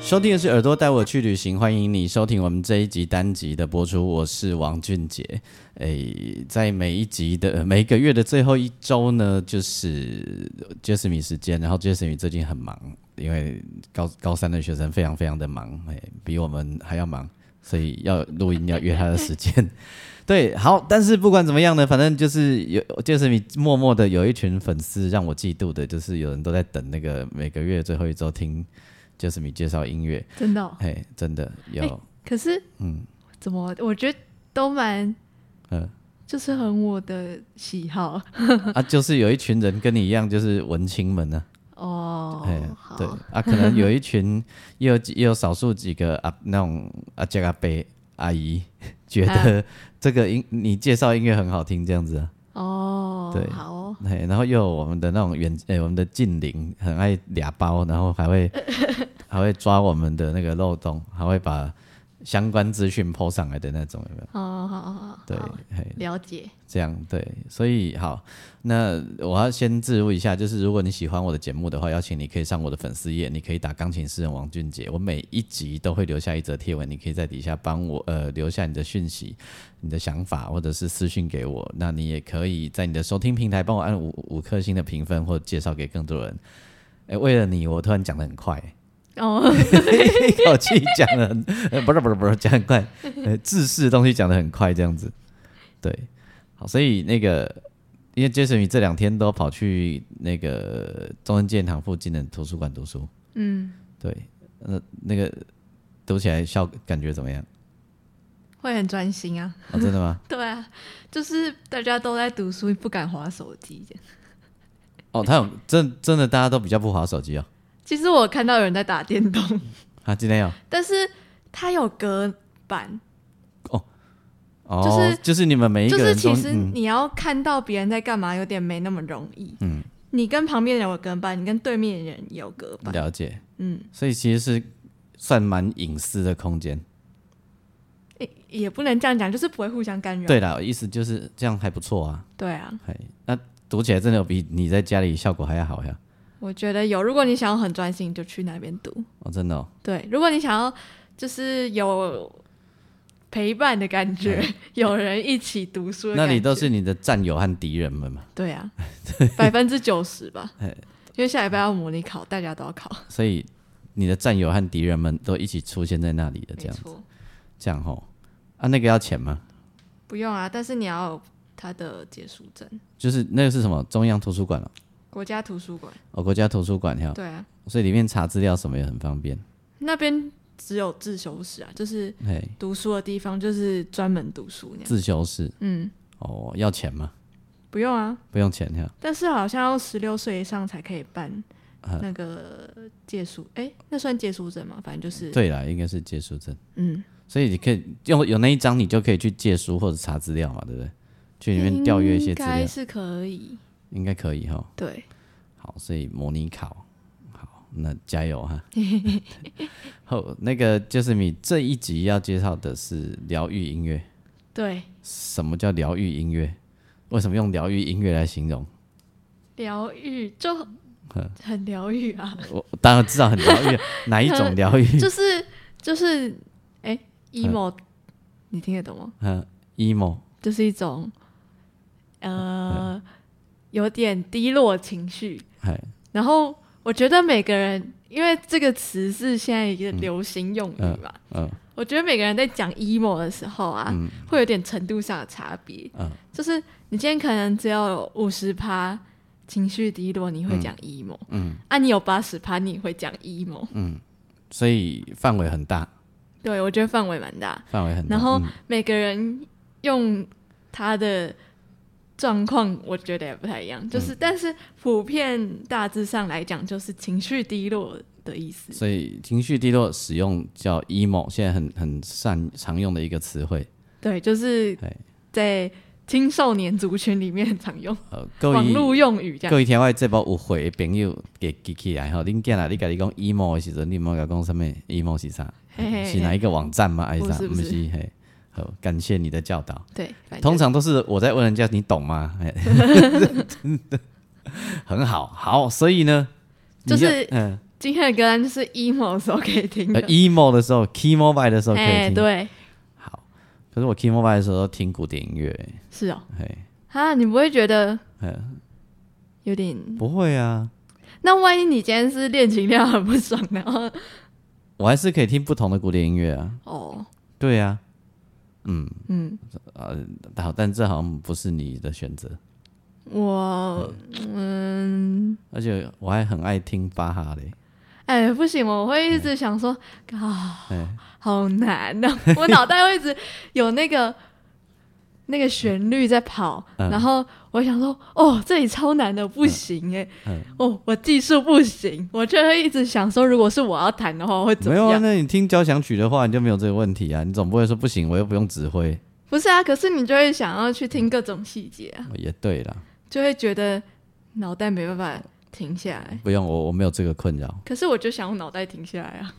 收听的是《耳朵带我去旅行》，欢迎你收听我们这一集单集的播出。我是王俊杰。诶，在每一集的、呃每一个月的最后一周呢，就是 Jasmine 时间。然后 Jasmine 最近很忙，因为高高三的学生非常非常的忙，诶，比我们还要忙，所以要录音要约他的时间。 对，好，但是不管怎么样呢，反正就是有，就是你默默的有一群粉丝让我嫉妒的，就是有人都在等那个每个月最后一周听，就是你介绍音乐，真的、哦。嘿，真的有，哎可是，嗯怎么？我觉得都蛮，嗯就是很我的喜好啊，就是有一群人跟你一样，就是文青们呢、哦哎。，好，对啊，可能有一群， 也有几也有少数几个啊那种阿杰阿伯阿姨 觉得啊这个音、你介绍音乐很好听这样子啊，哦，对好哦，嘿，然后又有我们的那种远哎、我们的近邻很爱俩包，然后还 会还会抓我们的那个漏洞，还会把相关资讯 PO 上来的那种有没有？哦好好好好，对好，嘿，了解。这样对，所以好，那我要先置入一下，就是如果你喜欢我的节目的话，邀请你可以上我的粉丝页，你可以打钢琴诗人王俊杰，我每一集都会留下一则贴文，你可以在底下帮我呃留下你的讯息、你的想法或者是私讯给我，那你也可以在你的收听平台帮我按五五颗星的评分或介绍给更多人。哎，为了你，我突然讲得很快、哦， 一 口气讲的很，呃不是不是不是讲很快，呃，自式的东西讲的很快这样子，对，好，所以那个因为 Jason 你这两天都跑去那个中正纪念堂附近的图书馆读书，嗯，对，那那个读起来效感觉怎么样？会很专心啊。哦，真的吗？对啊，就是大家都在读书，不敢划手机这样。哦，他有真真的大家都比较不划手机哦，其实我看到有人在打电动， 啊，今天有但是他有隔板，哦，就是就是你们每一就个是人其中，实嗯，你要看到别人在干嘛，有点没那么容易。嗯，你跟旁边人有隔板，你跟对面人也有隔板，了解，嗯，所以其实是算蛮隐私的空间。也也不能这样讲，就是不会互相干扰。对啦，我意思就是这样还不错啊。对啊，哎，那读起来真的有比你在家里效果还要好呀！我觉得有。如果你想要很专心，就去那边读。哦，真的、哦，对，如果你想要就是有陪伴的感觉， 有人一起读书的那感觉，你都是你的战友和敌人们嘛，对啊，百分之九十吧哎。因为下礼拜要模拟考，大家都要考，所以你的战友和敌人们都一起出现在那里的，这没样错。这样吼啊，那个要钱吗？不用啊，但是你要有他的结束证，就是那个是什么中央图书馆哦，国家图书馆。哦国家图书馆哈，对啊，所以里面查资料什么也很方便。那边只有自修室啊，就是嘿，读书的地方，就是专门读书那样。自修室嗯，哦，要钱吗？不用啊，不用钱哈，但是好像要十六岁以上才可以办啊那个借书，哎、那算借书证吗？反正就是，对啦，应该是借书证，嗯，所以你可以用有那一张，你就可以去借书或者查资料嘛，对不对？去里面调阅一些资应该料，是可以，应该可以哈。对，好，所以模拟考，好，那加油哈。 好，那个就是你这一集要介绍的是疗愈音乐。对，什么叫疗愈音乐？为什么用疗愈音乐来形容？疗愈就嗯很疗愈 啊，我我当然知道很疗愈啊，哪一种疗愈？ 就是就是，哎、e m o 你听得懂吗？嗯，emo 就是一种，嗯呃，有点低落情绪，哎然后我觉得每个人，因为这个词是现在一个流行用语嗯嘛，嗯我觉得每个人在讲 emo 的时候啊，嗯会有点程度上的差别。嗯就是你今天可能只有五十趴情绪低落，你会讲 emo；、嗯啊，你有八十趴，你会讲 emo。嗯，所以范围很大，对我觉得范围蛮大，嗯范围很大。然后嗯每个人用他的状况我觉得也不太一嗯样，就是、但是普遍大致上来讲，就是情绪低落的意思。所以情绪低落使用叫 emo，现在很很善常用的一个词汇。对，就是对在青少年族群里面常用呃，各网位络用语这各样。位听我这部有回的朋友给记起来吼，恁囝啦，你家己讲 emo 的时阵，你莫甲讲什么 emo 是啥？嘿嘿嘿是哪一个网站吗？还是啥？不是不不是是嘿，好，感谢你的教导。对，反正通常都是我在问人家，你懂吗？哎 真的很好，好，所以呢，你就是嗯、今天的歌单就是 emo 的时候可以听的呃、。，emo 的时候，emo by 的时候可以哎，听，对，好。可是我 emo by 的时候都听古典音乐，哎是哦。嘿，啊，你不会觉得嗯有点？不会啊，那万一你今天是练琴量很不爽，然后我还是可以听不同的古典音乐啊，哦，对啊，嗯，呃嗯，好，但这好像不是你的选择，我嗯，而且我还很爱听巴哈嘞，哎，不行，我会一直想说啊，嗯哎，好难呐、 我脑袋会一直有那个那个旋律在跑，嗯然后我想说，哦，这里超难的，不行哎、嗯哦，我技术不行，我就会一直想说，如果是我要弹的话，我会怎没么有啊，样？那你听交响曲的话，你就没有这个问题啊，你总不会说不行，我又不用指挥，不是啊，可是你就会想要去听各种细节啊，也对啦。就会觉得脑袋没办法停下来。不用，我我没有这个困扰。可是我就想我脑袋停下来啊，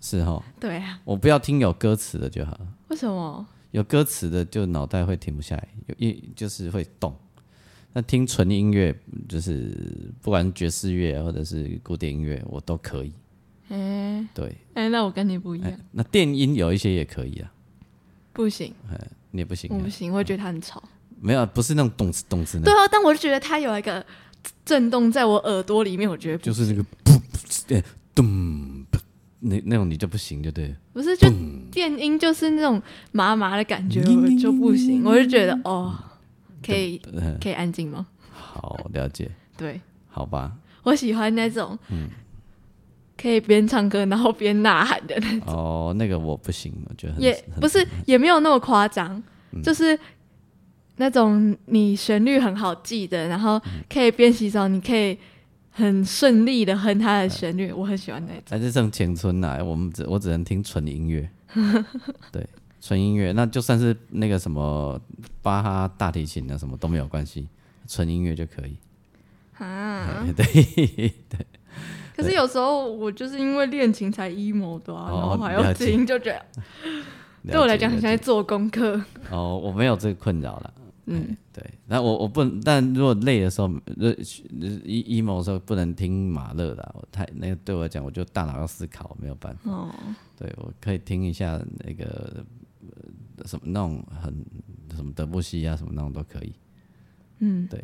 是哈，对啊，我不要听有歌词的就好了。为什么？有歌词的就脑袋会停不下来，有一就是会动。那听纯音乐，就是不管是爵士乐或者是古典音乐，我都可以。哎、对，哎、那我跟你不一样，那电音有一些也可以啊，不行，你也不行、我啊不。行，我觉得它很吵。没有啊，不是那种动次动次那对种，啊，但我就觉得它有一个 震动在我耳朵里面，我觉得就是那个噗噗哎咚，噗那那种你就不行，就对了。不是就电音就是那种麻麻的感觉，我就不嗯行，我就觉得哦，可以呃可以安静吗？好，了解，对好吧。我喜欢那种嗯可以边唱歌然后边呐喊的，哦，那个我不行，我觉得很嗯也不是也没有那么夸张，就是。那种你旋律很好记的，然后嗯可以边洗澡，你可以很顺利的哼嗯它的旋律，我很喜欢那种。还是剩前村啦，我们只我只能听纯音乐， 对，纯音乐，那就算是那个什么巴哈大提琴啊，什么都没有关系，纯音乐就可以。啊， 对，可是有时候我就是因为练琴才 emo 的啊，哦然后还了要解听，就觉得了对我解来讲很了像在解做功课。哦，我没有这个困扰了。嗯，对，那我我不能，但如果累的时候，呃，emo 的时候不能听马勒的啊，我太那个对我来讲，我就大脑要思考，没有办法。哦，对，我可以听一下那个呃什么那种很什么德布西啊，什么那种都可以。嗯，对，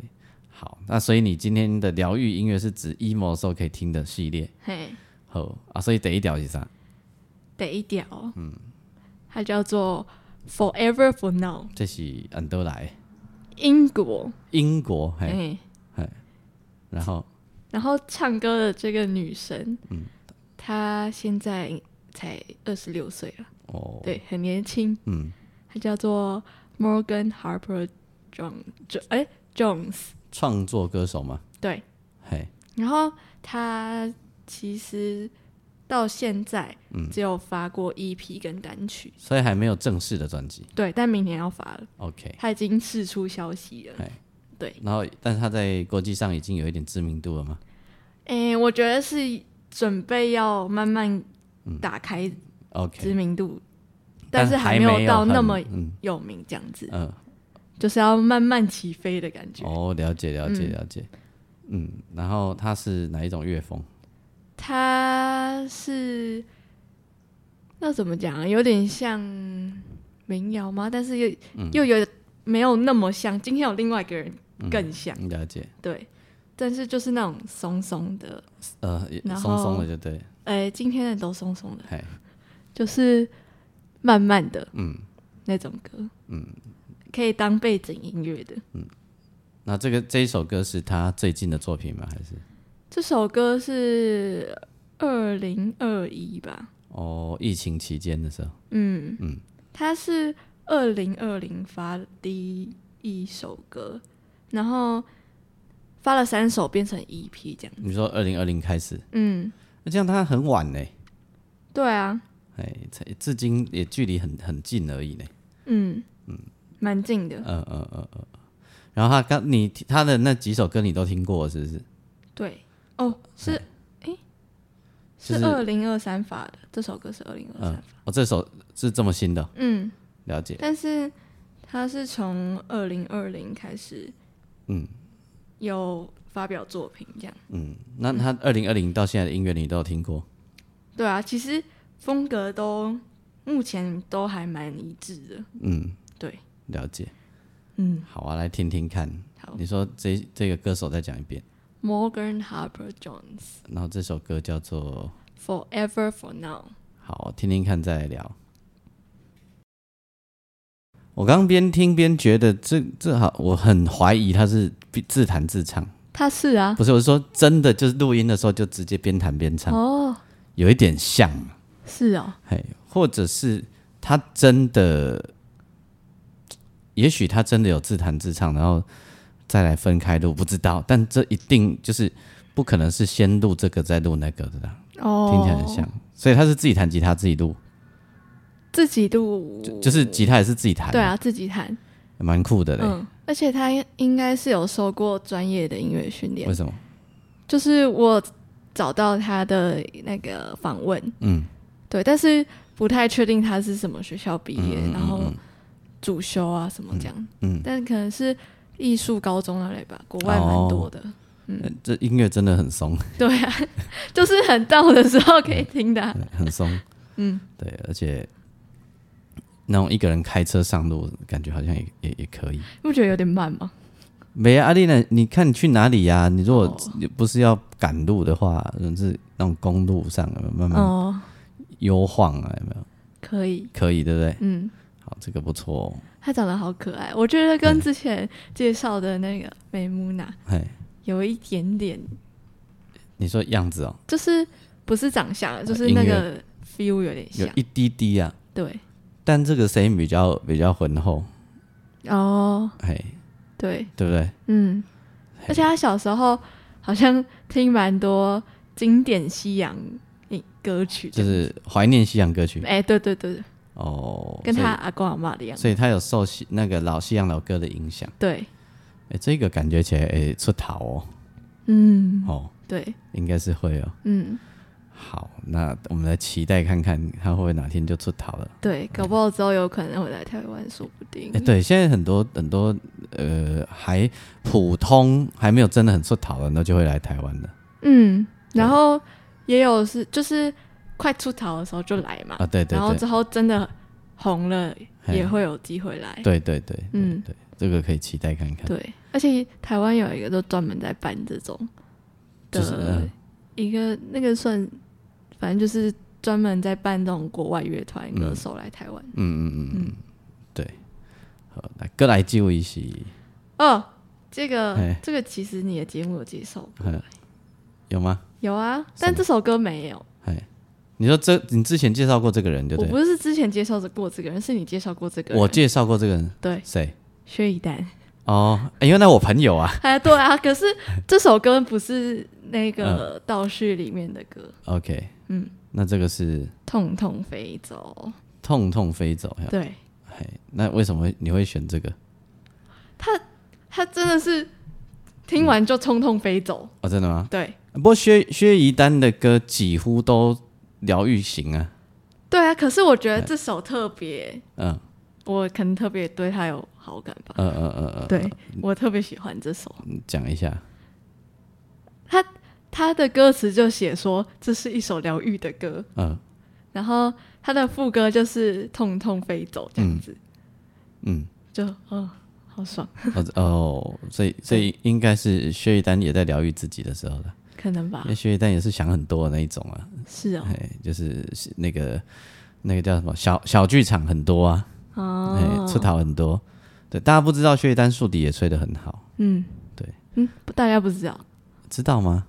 好，那所以你今天的疗愈音乐是指 emo 的时候可以听的系列，嘿，好啊，所以第一条是啥？得一屌，嗯，它叫做 Forever for Now，这是安德来英国，英国，嘿，哎，然后然后唱歌的这个女生，嗯，她现在才二十六岁了，哦，对，很年轻，嗯，她叫做 Morgan Harper John，Jo- 哎 Jones，创作歌手嘛，对，嘿，然后他其实到现在嗯只有发过 EP 跟单曲，所以还没有正式的专辑对，但明年要发了， ，OK，他已经释出消息了。嘿，对，然后但是他在国际上已经有一点知名度了嘛，诶，我觉得是准备要慢慢打开 OK，知名度，哎但但是还没没有到那很么嗯有名，这样子、嗯，就是要慢慢起飞的感觉。哦，了解了解了解，嗯，然后他是哪一种乐风？他是那怎么讲啊？有点像民谣吗？但是又、嗯又有没有那么像？今天有另外一个人更像，了解，对，但是就是那种松松的，呃，然松松后的就对，哎、今天的都松松的，嘿，就是慢慢的嗯。那种歌，嗯，可以当背景音乐的。那这个这一首歌是他最近的作品吗？还是这首歌是二零二一吧？哦，疫情期间的时候？嗯嗯它是二零二零发的第一首歌，然后发了三首变成 EP 这样。你说二零二零开始，嗯，那这样它很晚呢，对啊，哎，才至今也距离很很近而已呢。嗯蛮近的。嗯嗯嗯嗯。然后他刚你他的那几首歌你都听过是不是？对，哦，是，诶，嗯就是是二零二三发的，这首歌是二零二三嗯发。，哦，这首是这么新的，嗯，了解。但是他是从二零二零开始，嗯有发表作品这样。嗯，那他二零二零到现在的音乐你都有听过？对啊，其实风格都目前都还蛮一致的。嗯，对，了解。嗯，好啊，来听听看。好你说这这个歌手再讲一遍， ，Morgan Harper Jones。然后这首歌叫做 Forever for now。好，听听看再聊。我刚刚边听边觉得这这好，我很怀疑他是自弹自唱，他是啊，不是我是说真的，就是录音的时候就直接边弹边唱，哦，有一点像，是哦，嘿，或者是他真的，也许他真的有自弹自唱，然后再来分开录，不知道，但这一定就是不可能是先录这个再录那个的啦，哦，听起来很像，所以他是自己弹吉他自己录，自己录，就就是吉他也是自己弹，对啊，自己弹，蛮酷的嘞。嗯，而且他应该是有受过专业的音乐训练为，什么？就是我找到他的那个访问，嗯，对，但是不太确定他是什么学校毕业，嗯嗯嗯然后主修啊什么这样，嗯但可能是艺术高中那类吧，国外蛮多的，呃这音乐真的很松， 对啊， 就是很到的时候可以听的啊、很松。嗯，对，而且那种一个人开车上路，感觉好像也也也可以。不觉得有点慢吗？没啊，阿丽呢？你看你去哪里呀、你如果哦不是要赶路的话，就是那种公路上有没有慢慢哦，悠晃啊，有没有？可以，可以，对不对？嗯，好，这个不错、哦。她长得好可爱，我觉得跟之前介绍的那个美木娜嘿，有一点点，你说样子哦，就是不是长相，就是那呃音个 feel 有点有像，一滴滴啊，对，但这个声音比较比较浑厚，哦，嘿，对，对不对？嗯，而且她小时候好像听蛮多经典西洋音歌曲的，就是怀念西洋歌曲哎、对对对对，哦，跟所以她阿公阿妈的样子，所以他有受西那个老西洋老歌的影响。对，哎、这个感觉起来，哎、出逃哦，嗯，哦，对，应该是会哦。嗯，好，那我们来期待看看他会不会哪天就出逃了。对，搞不好之后有可能会来台湾，说不定哎、，对，现在很多很多呃，还普通还没有真的很出逃的，那就会来台湾的嗯，对然后也有是就是快出逃的时候就来嘛，啊。对对然后对之，后真的红了嘿也会有机会来，对对对，嗯嗯对，这个可以期待看看。对而且台湾有一个都专门在办这种就是的嗯一个、那个算，反正就是专门在办这种国外乐团歌手来台湾，嗯嗯嗯，嗯，对。好，来，哥来救一起，哦，这个嗯嘿这个其实你的节目有介绍过，嗯，有吗？有啊，但这首歌没有。哎，你说这你之前介绍过这个人，对我对了？不是之前介绍过这个人，是你介绍过这个人。我介绍过这个人，对谁？薛以丹， 哦，哎因为那我朋友啊。哎，对啊，可是这首歌不是那嗯个倒叙里面的歌， OK，嗯，那这个是痛痛飞走》。痛痛飞走。对，嘿，那为什么你会选这个？他真的是听完就冲痛飞走。哦，真的吗？对，不过薛薛怡丹的歌几乎都疗愈型啊，对啊，可是我觉得这首特别，嗯我可能特别对他有好感吧。嗯嗯嗯嗯，对我特别喜欢这首，嗯，讲一下，他的歌词就写说这是一首疗愈的歌，嗯然后他的副歌就是痛痛飞走这样子，嗯，就嗯，好爽，哦哦，所以所以应该是薛怡丹也在疗愈自己的时候了，可能吧因为，薛怡丹也是想很多的那一种啊，是哦，哎，就是是那个那个叫什么小小剧场很多啊，哎、哦，出逃很多，对，大家不知道薛怡丹宿敌也吹得很好，嗯，对，嗯，不大家不知道，知道吗？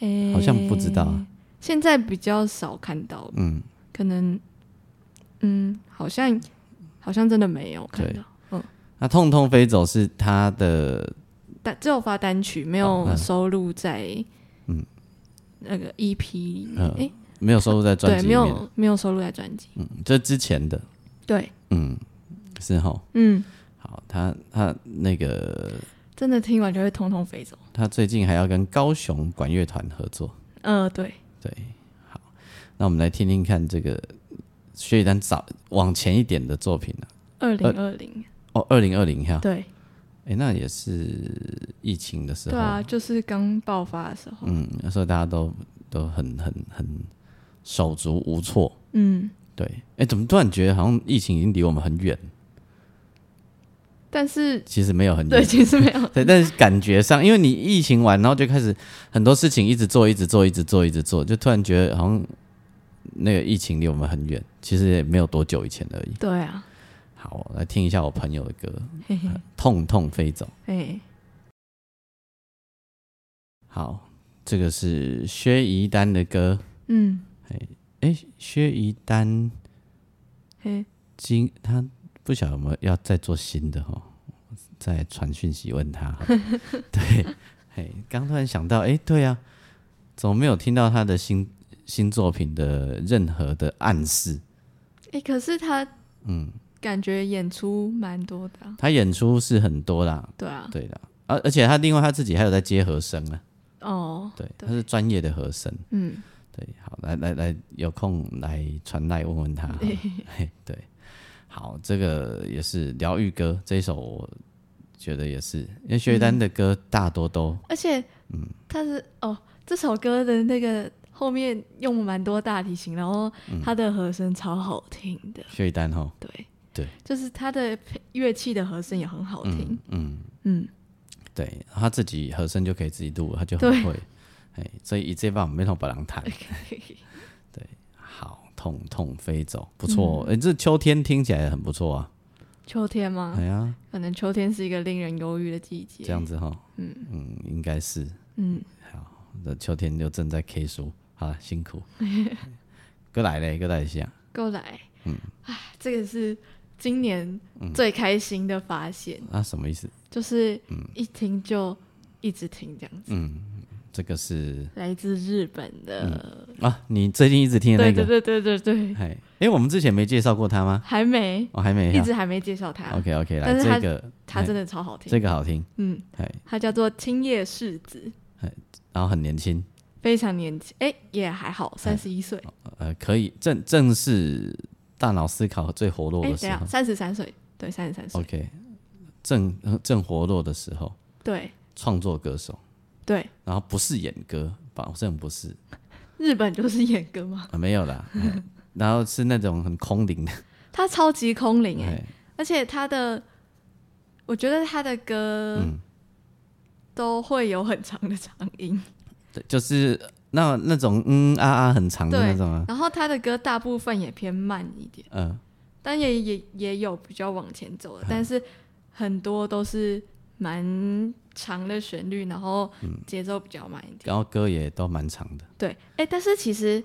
诶好像不知道啊现在比较少看到，嗯，可能，嗯，好像好像真的没有看对到，那《痛痛飞走》是他的但只有发单曲，没哦有嗯收录在那个 EP 里面，嗯哎、没有收录在专对，辑里没面，有没有收录在专辑，嗯，这之前的，对，嗯，是吼。嗯，好，他他那个真的听完就会通通飞走，他最近还要跟高雄管乐团合作，嗯、呃，对，对，好，那我们来听听看这个薛宇丹早往前一点的作品呢、二零二零，哦，二零二零哈，对，哎，那也是疫情的时对候，啊，就是刚爆发的时候，嗯，那时候大家都都很很很手足无措，嗯，对，哎，怎么突然觉得好像疫情已经离我们很远？但是其实没有很对，远，其实没有，嗯对，但是感觉上，因为你疫情完，然后就开始很多事情一直做，一直做，一直做，一直做，就突然觉得好像那个疫情离我们很远，其实也没有多久以前而已。对 啊，好，我来听一下我朋友的歌，嘿嘿，痛痛飞走。嘿，好，这个是薛怡丹的歌。嗯，诶，薛怡丹嘿，今他不晓得有没有要再做新的哦，再传讯息问他好了。对，嘿，刚突然想到，诶，对啊，怎么没有听到他的新新作品的任何的暗示？哎、可是他嗯，感觉演出蛮多的啊、他演出是很多啦，对啊，对的，而、而且他另外他自己还有在接和声啊，哦，对，对他是专业的和声。嗯，对，好，来来来，有空来传来问 问他好了。嘿对，好，这个也是疗愈歌，这一首我觉得也是，因为薛嗯丹的歌大多都，而且，他是哦，这首歌的那个后面用蛮多大提琴，然后嗯他的和声超好听的，薛丹吼，对，对，就是他的配乐器的和声也很好听，嗯，嗯，对他自己和声就可以自己录了，他就对很 会，哎，所以以这方没同把人弹，嗯好，痛痛飞走，不错、哦，嗯哎、这秋天听起来很不错啊，秋天吗哎？呀、可能秋天是一个令人忧郁的季节，这样，子哈，嗯嗯，应该是，嗯，好，这秋天就正在 K 书，好啦辛苦， 过来嘞，过来一下，够来，嗯，哎，这个是今年嗯最开心的发现，那、啊什么意思？就是嗯一听就一直听这样子，这个是来自日本的，啊，你最近一直听的那对个对，对对对对，哎，诶，我们之前没介绍过他吗？还没。哦，还没一啊。直还没介绍它， OK OK，来但是这他个，它真的超好听。这个好听，嗯，哎，它叫做青叶世子，然后很年轻，非常年轻，哎、也还好，三十一岁，呃，可以正正是大脑思考最活络哎、的怎时样？候。哦三十三岁，对，三十三岁， OK，正呃正活络的时候，对创作歌手，对，然后不是演歌，保证不是日本就是演歌嘛，啊，没有啦。 哎然后是那种很空灵的，它超级空灵哎、哎，而且它的，我觉得它的歌嗯都会有很长的长音，对就是那那种嗯啊啊很长的对那种啊，然后它的歌大部分也偏慢一点，嗯，但也也也有比较往前走的，但是很多都是蛮长的旋律，然后嗯节奏比较慢一点。然后歌也都蛮长的对，哎、但是其实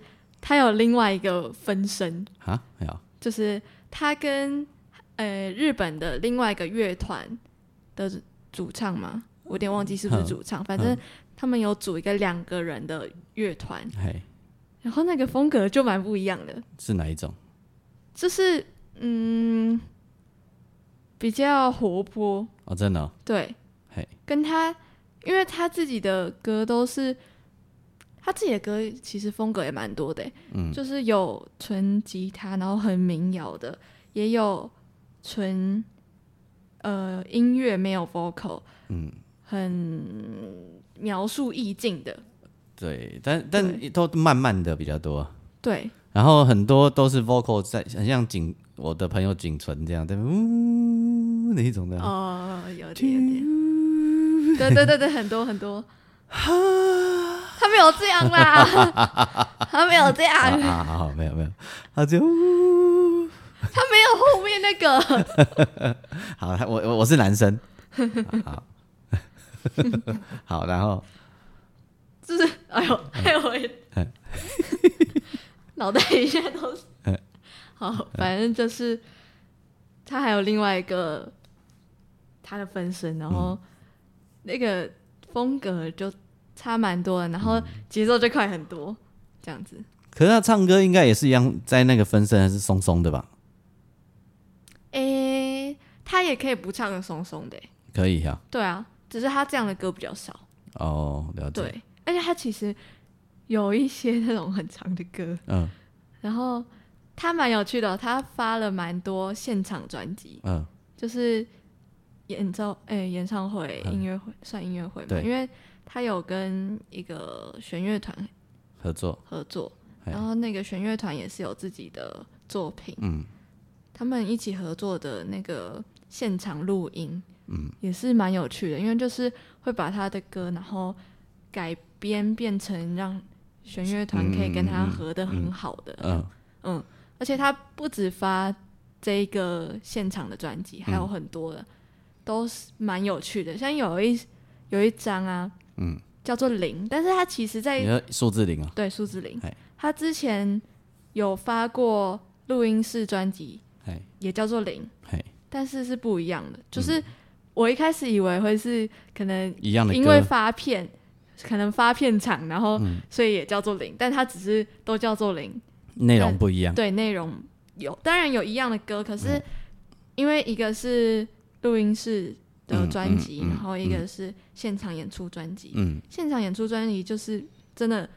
它有另外一个分身，啊，没有，就是它跟呃日本的另外一个乐团的主唱嘛，我有点忘记是不是嗯主唱，反正他们有组一个两个人的乐团，嘿，然后那个风格就蛮不一样的，是哪一种？就是嗯比较活泼，哦，真的、哦，对，嘿，跟他，因为他自己的歌都是，他自己的歌其实风格也蛮多的欸、嗯就是有纯吉他，然后很民谣的，也有纯呃音乐没有 vocal，嗯，很描述意境的，对，但但都慢慢的比较多，对，然后很多都是 vocal 在，很像景我的朋友景纯这样，对，呜那一种的，哦，有点有点，对对对对，很多 很多，他没有这样啦， 他没有这啊样。啊，好，没有没有，他就呜，他没有后面那个，好，他我我我是男生， 好， 好，然后就是哎呦哎呦喂， 脑袋一下都是。好，反正就是他还有另外一个他的分身，然后那个风格就差蛮多的，然后节奏就快很多，这样子。可是他唱歌应该也是一样，在那个分身还是松松的吧？诶、他也可以不唱的松松的欸、可以哈、对啊，只是他这样的歌比较少。哦，了解。对，而且他其实有一些那种很长的歌，嗯然后他蛮有趣的哦、他发了蛮多现场专辑，嗯，就是演奏诶、演唱会、嗯音乐会算音乐会嘛，对因为他有跟一个弦乐团合作。合作，嘿然后那个弦乐团也是有自己的作品，嗯，他们一起合作的那个现场录音，嗯，也是蛮有趣的，因为就是会把他的歌然后改编变成让弦乐团可以跟他合的很好的，嗯，嗯，而且他不止发这一个现场的专辑，嗯还有很多的、都是蛮有趣的，像有一有一张啊，嗯，叫做零，但是他其实在你说数字零啊？对，数字零嗨。他之前有发过录音室专辑，嘿，也叫做零，嘿，但是是不一样的。就是我一开始以为会是可能一嗯样的因为歌。嗯发片，可能发片场，然后所以也叫做零，但他只是都叫做零。内容不一样。对，内容有，当然有一样的歌，可嗯是因为一个是录音室的嗯专嗯辑，嗯然后一嗯个是现场演出专辑，嗯，现场演出专辑就是真的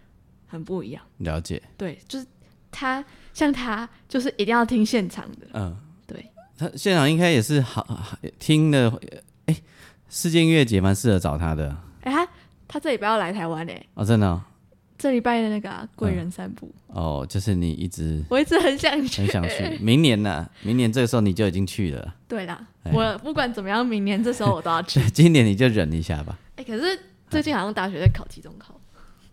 很不一样。了解。对，就是他像他就是一定要听现场的，嗯，对，他现场应该也是好好听的。哎，世界音乐节蛮适合找他的哎、他他这礼拜要来台湾哎、哦，真的哦。这礼拜的那个啊贵、人散步，哦，就是你一直我一直很想去，很想去， 明年呢、明年这个时候你就已经去了， 对啦，哎我不管怎么样，明年这时候我都要 去。对，今年你就忍一下吧。哎、可是最近好像大学在考期中考，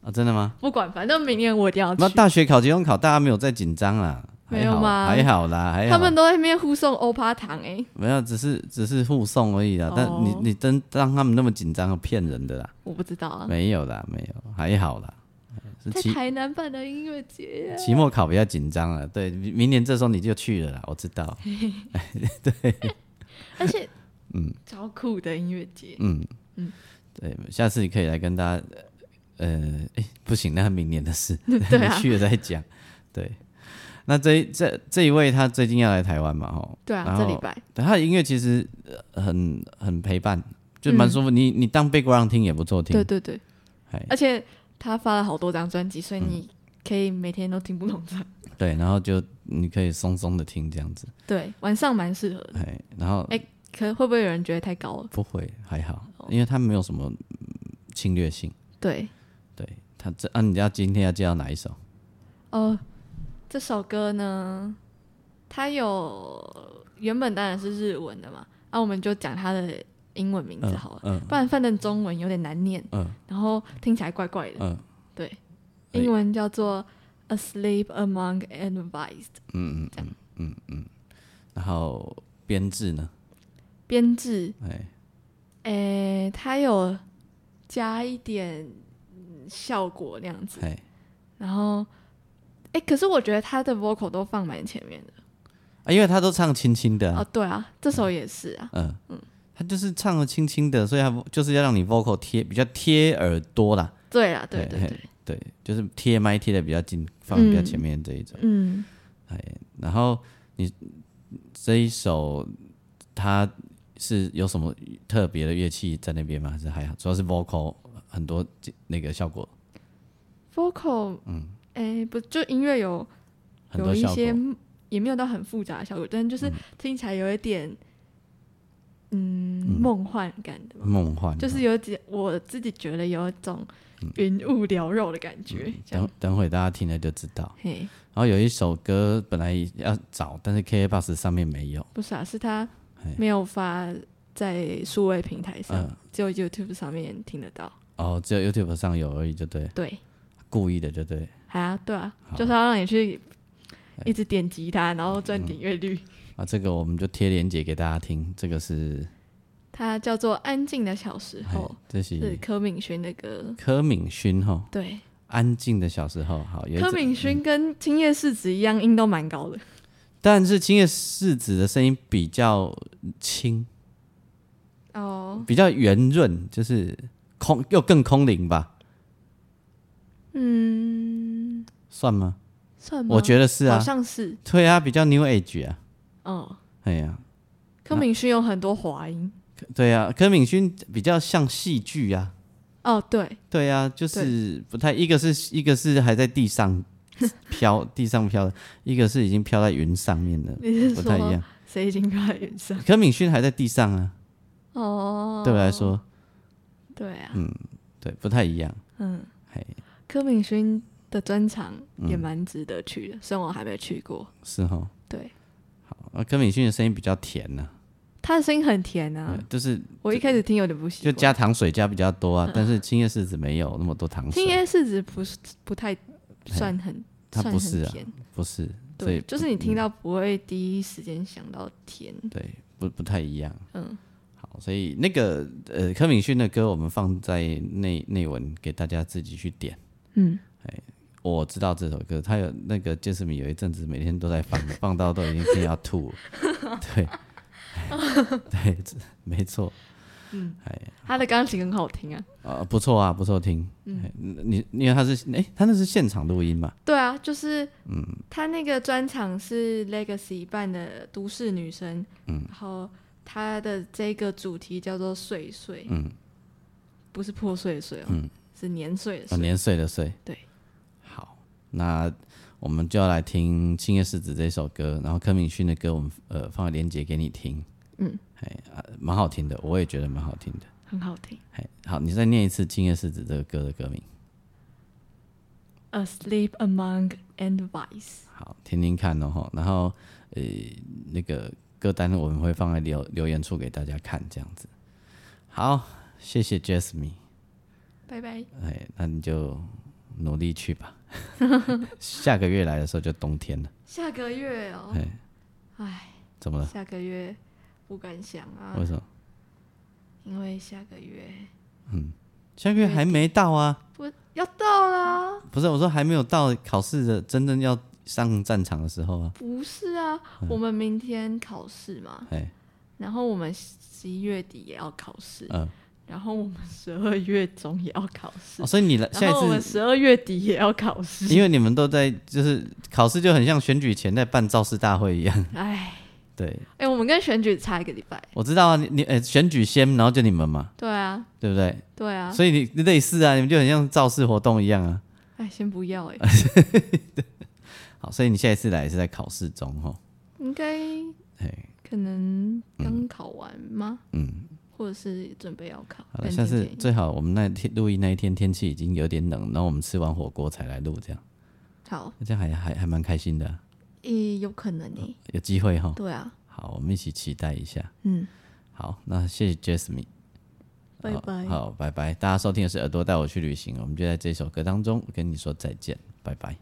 啊、真的吗？不管，反正明年我一定要去那。大学考级中考，大家没有在紧张啦，还没有好吗还好啦，还好。他们都在那边护送欧趴糖哎、没有，只是只是护送而已啦。但你哦你真让他们那么紧张，骗人的啦，我不知道啊，没有啦，没有，还好啦。是在期台南办的音乐 节啊、期末考比较紧张了，对，明明年这时候你就去了啦，我知 道。而且嗯，超酷的音乐节，嗯对，下次你可以来跟大家，呃，诶不行，那明年的 事，对啊你去了再讲。对，那这一这这一位他最近要来台湾嘛，吼，对啊然，后这礼拜对他的音乐其实呃很很陪伴，就蛮舒服。你你当 background 听也不错听，嗯对对对，哎嗯而且他发了好多张专辑，所以你可以每天都听不同的。 对，然后就你可以松松的听这样子，对，晚上蛮适合的。哎，然后哎可会不会有人觉得太高了？不会还好，因为他没有什么嗯侵略性。对，对他这啊，你要今天要介绍哪一首？哦，这首歌呢，它有原本当然是日文的嘛，那、我们就讲它的英文名字好了，嗯不然反正中文有点难念，嗯然后听起来怪怪的。嗯对，哎英文叫做《Asleep Among Advised》，嗯嗯这样嗯嗯嗯，然后编制呢？编制哎，诶，它有加一点嗯效果那样子，哎，然后，诶，可是我觉得他的 vocal 都放蛮前面的。啊，因为他都唱轻轻的哦，啊，对啊，这首也是啊。嗯他就是唱的轻轻的，所以他就是要让你 vocal 贴比较贴耳朵啦，对啊，对哎对嘿对，对，就是贴麦贴的比较近，放比较前面这一种。嗯，然后你这一首，它是有什么特别的乐器在那边吗？还是还好，主要是 vocal 很多那个效果， vocal，嗯，哎、不就音乐有很有多一效些果。嗯也没有到很复杂的效果，但就是听起来有一点，嗯，梦、幻感的嘛，梦幻，哦就是有点我自己觉得有一种嗯云雾缭绕的感觉，这样等。等会大家听了就知道。嘿，然后有一首歌本来要找，但是 K Box 上面没有。不是啊，是他嘿没有发在数位平台上，嗯只有 YouTube 上面听得到。哦，只有 YouTube 上有而已，就对，对，故意的就对。啊，对啊，就是要让你去哎一直点击它，然后嗯赚点阅率。啊，这个我们就贴链接给大家听。这个是，它叫做《安静的小时嘿候这》，是是柯敏勋的歌。柯敏勋吼，对，安静的小时候，好有一嗯柯种。敏勋跟青叶世子一样，音都蛮高的。但是青叶世子的声音比较轻，哦，比较圆润，就是空又更空灵吧，嗯，算吗？算吗？我觉得是啊好，像是对啊，比较 New Age 啊，哦。哎呀、柯敏勋有很多滑音对啊，柯敏勋比较像戏剧啊，哦，对，对啊，就是不太一个是一个是还在地上飘，地上飘的，一个是已经飘在云上面的，你是不太一说样。谁已经飘在云上？柯敏勋还在地上啊，哦，对我来说，对啊，嗯对，不太一样。嗯嘿，柯敏勋的专场嗯也蛮值得去的，虽然我还没去过。是哈。对，啊，柯敏勋的声音比较甜呢、他的声音很甜啊对，就是我一开始听有点不习嗯就惯。加糖水加比较多啊，但是青叶柿子没有那么多糖听水， A 是指不是不太算很，它算不很是啊甜不是，所对，以嗯就是你听到不会第一时间想到甜，对不不太一样。嗯，好，所以那个呃柯敏勋的歌我们放在内内文给大家自己去点。哎嗯，我知道这首歌，他有那个杰斯米有一阵子每天都在放， 放到都已经听到吐了。 对， 对，这没错，他的钢琴很好听啊。啊、不错啊，不错听。嗯，你因为他是哎、他那是现场录音嘛？对啊，就是，嗯他那个专场是 Legacy 办的都市女生，嗯然后他的这个主题叫做碎碎，嗯不是破碎的碎哦，是年岁的啊，碎，年岁的岁。对，好，那我们就要来听《青叶世子》这首歌，然后柯敏勋的歌，我们呃放链接给你听。嗯，哎、啊蛮好听的，我也觉得蛮好听的。很好听。哎，好，你再念一次《青叶世子》这个歌的歌名， Asleep among and vice，好，听听看哦。吼然后呃，那个歌单我们会放在留留言处给大家看，这样子。好，谢谢 Jasmine。拜拜。哎，那你就努力去吧。 下个月来的时候就冬天了，下个月哦，哎，怎么了？下个月不敢想啊为，什么？因为下个月下个月还没到啊？不要到啊啦，不是，我说还没有到考试的真正要上战场的时候啊。不是啊，嗯我们明天考试嘛，哎，然后我们十一月底也要考试，嗯、然后我们十二月中也要考试哦，，所以你来下然后我一们次，十二月底也要考试，因为你们都在就是考试，就很像选举前在办造势大会一样。 哎对，哎，我们跟选举差一个礼 拜，我知道啊，你你哎选举先，然后就你们嘛，对啊，对不对？对啊，所以你你类似啊，你们就很像造势活动一样啊。哎，先不要哎，好，所以你下一次来是在考试中吼。应该哎，可能刚考完吗？嗯。或者是准备要考。好了，跟下甜次甜一样最好我们那天录音那一天天气已经有点冷，然后我们吃完火锅才来录，这样好，这样还还还蛮开心的啊，诶，有可能呢。有机会哈。对啊，好，我们一起期待一下。嗯，好，那谢谢 Jasmine，拜拜。好，拜拜。大家收听的是《耳朵带我去旅行》，我们就在这首歌当中跟你说再见，拜拜。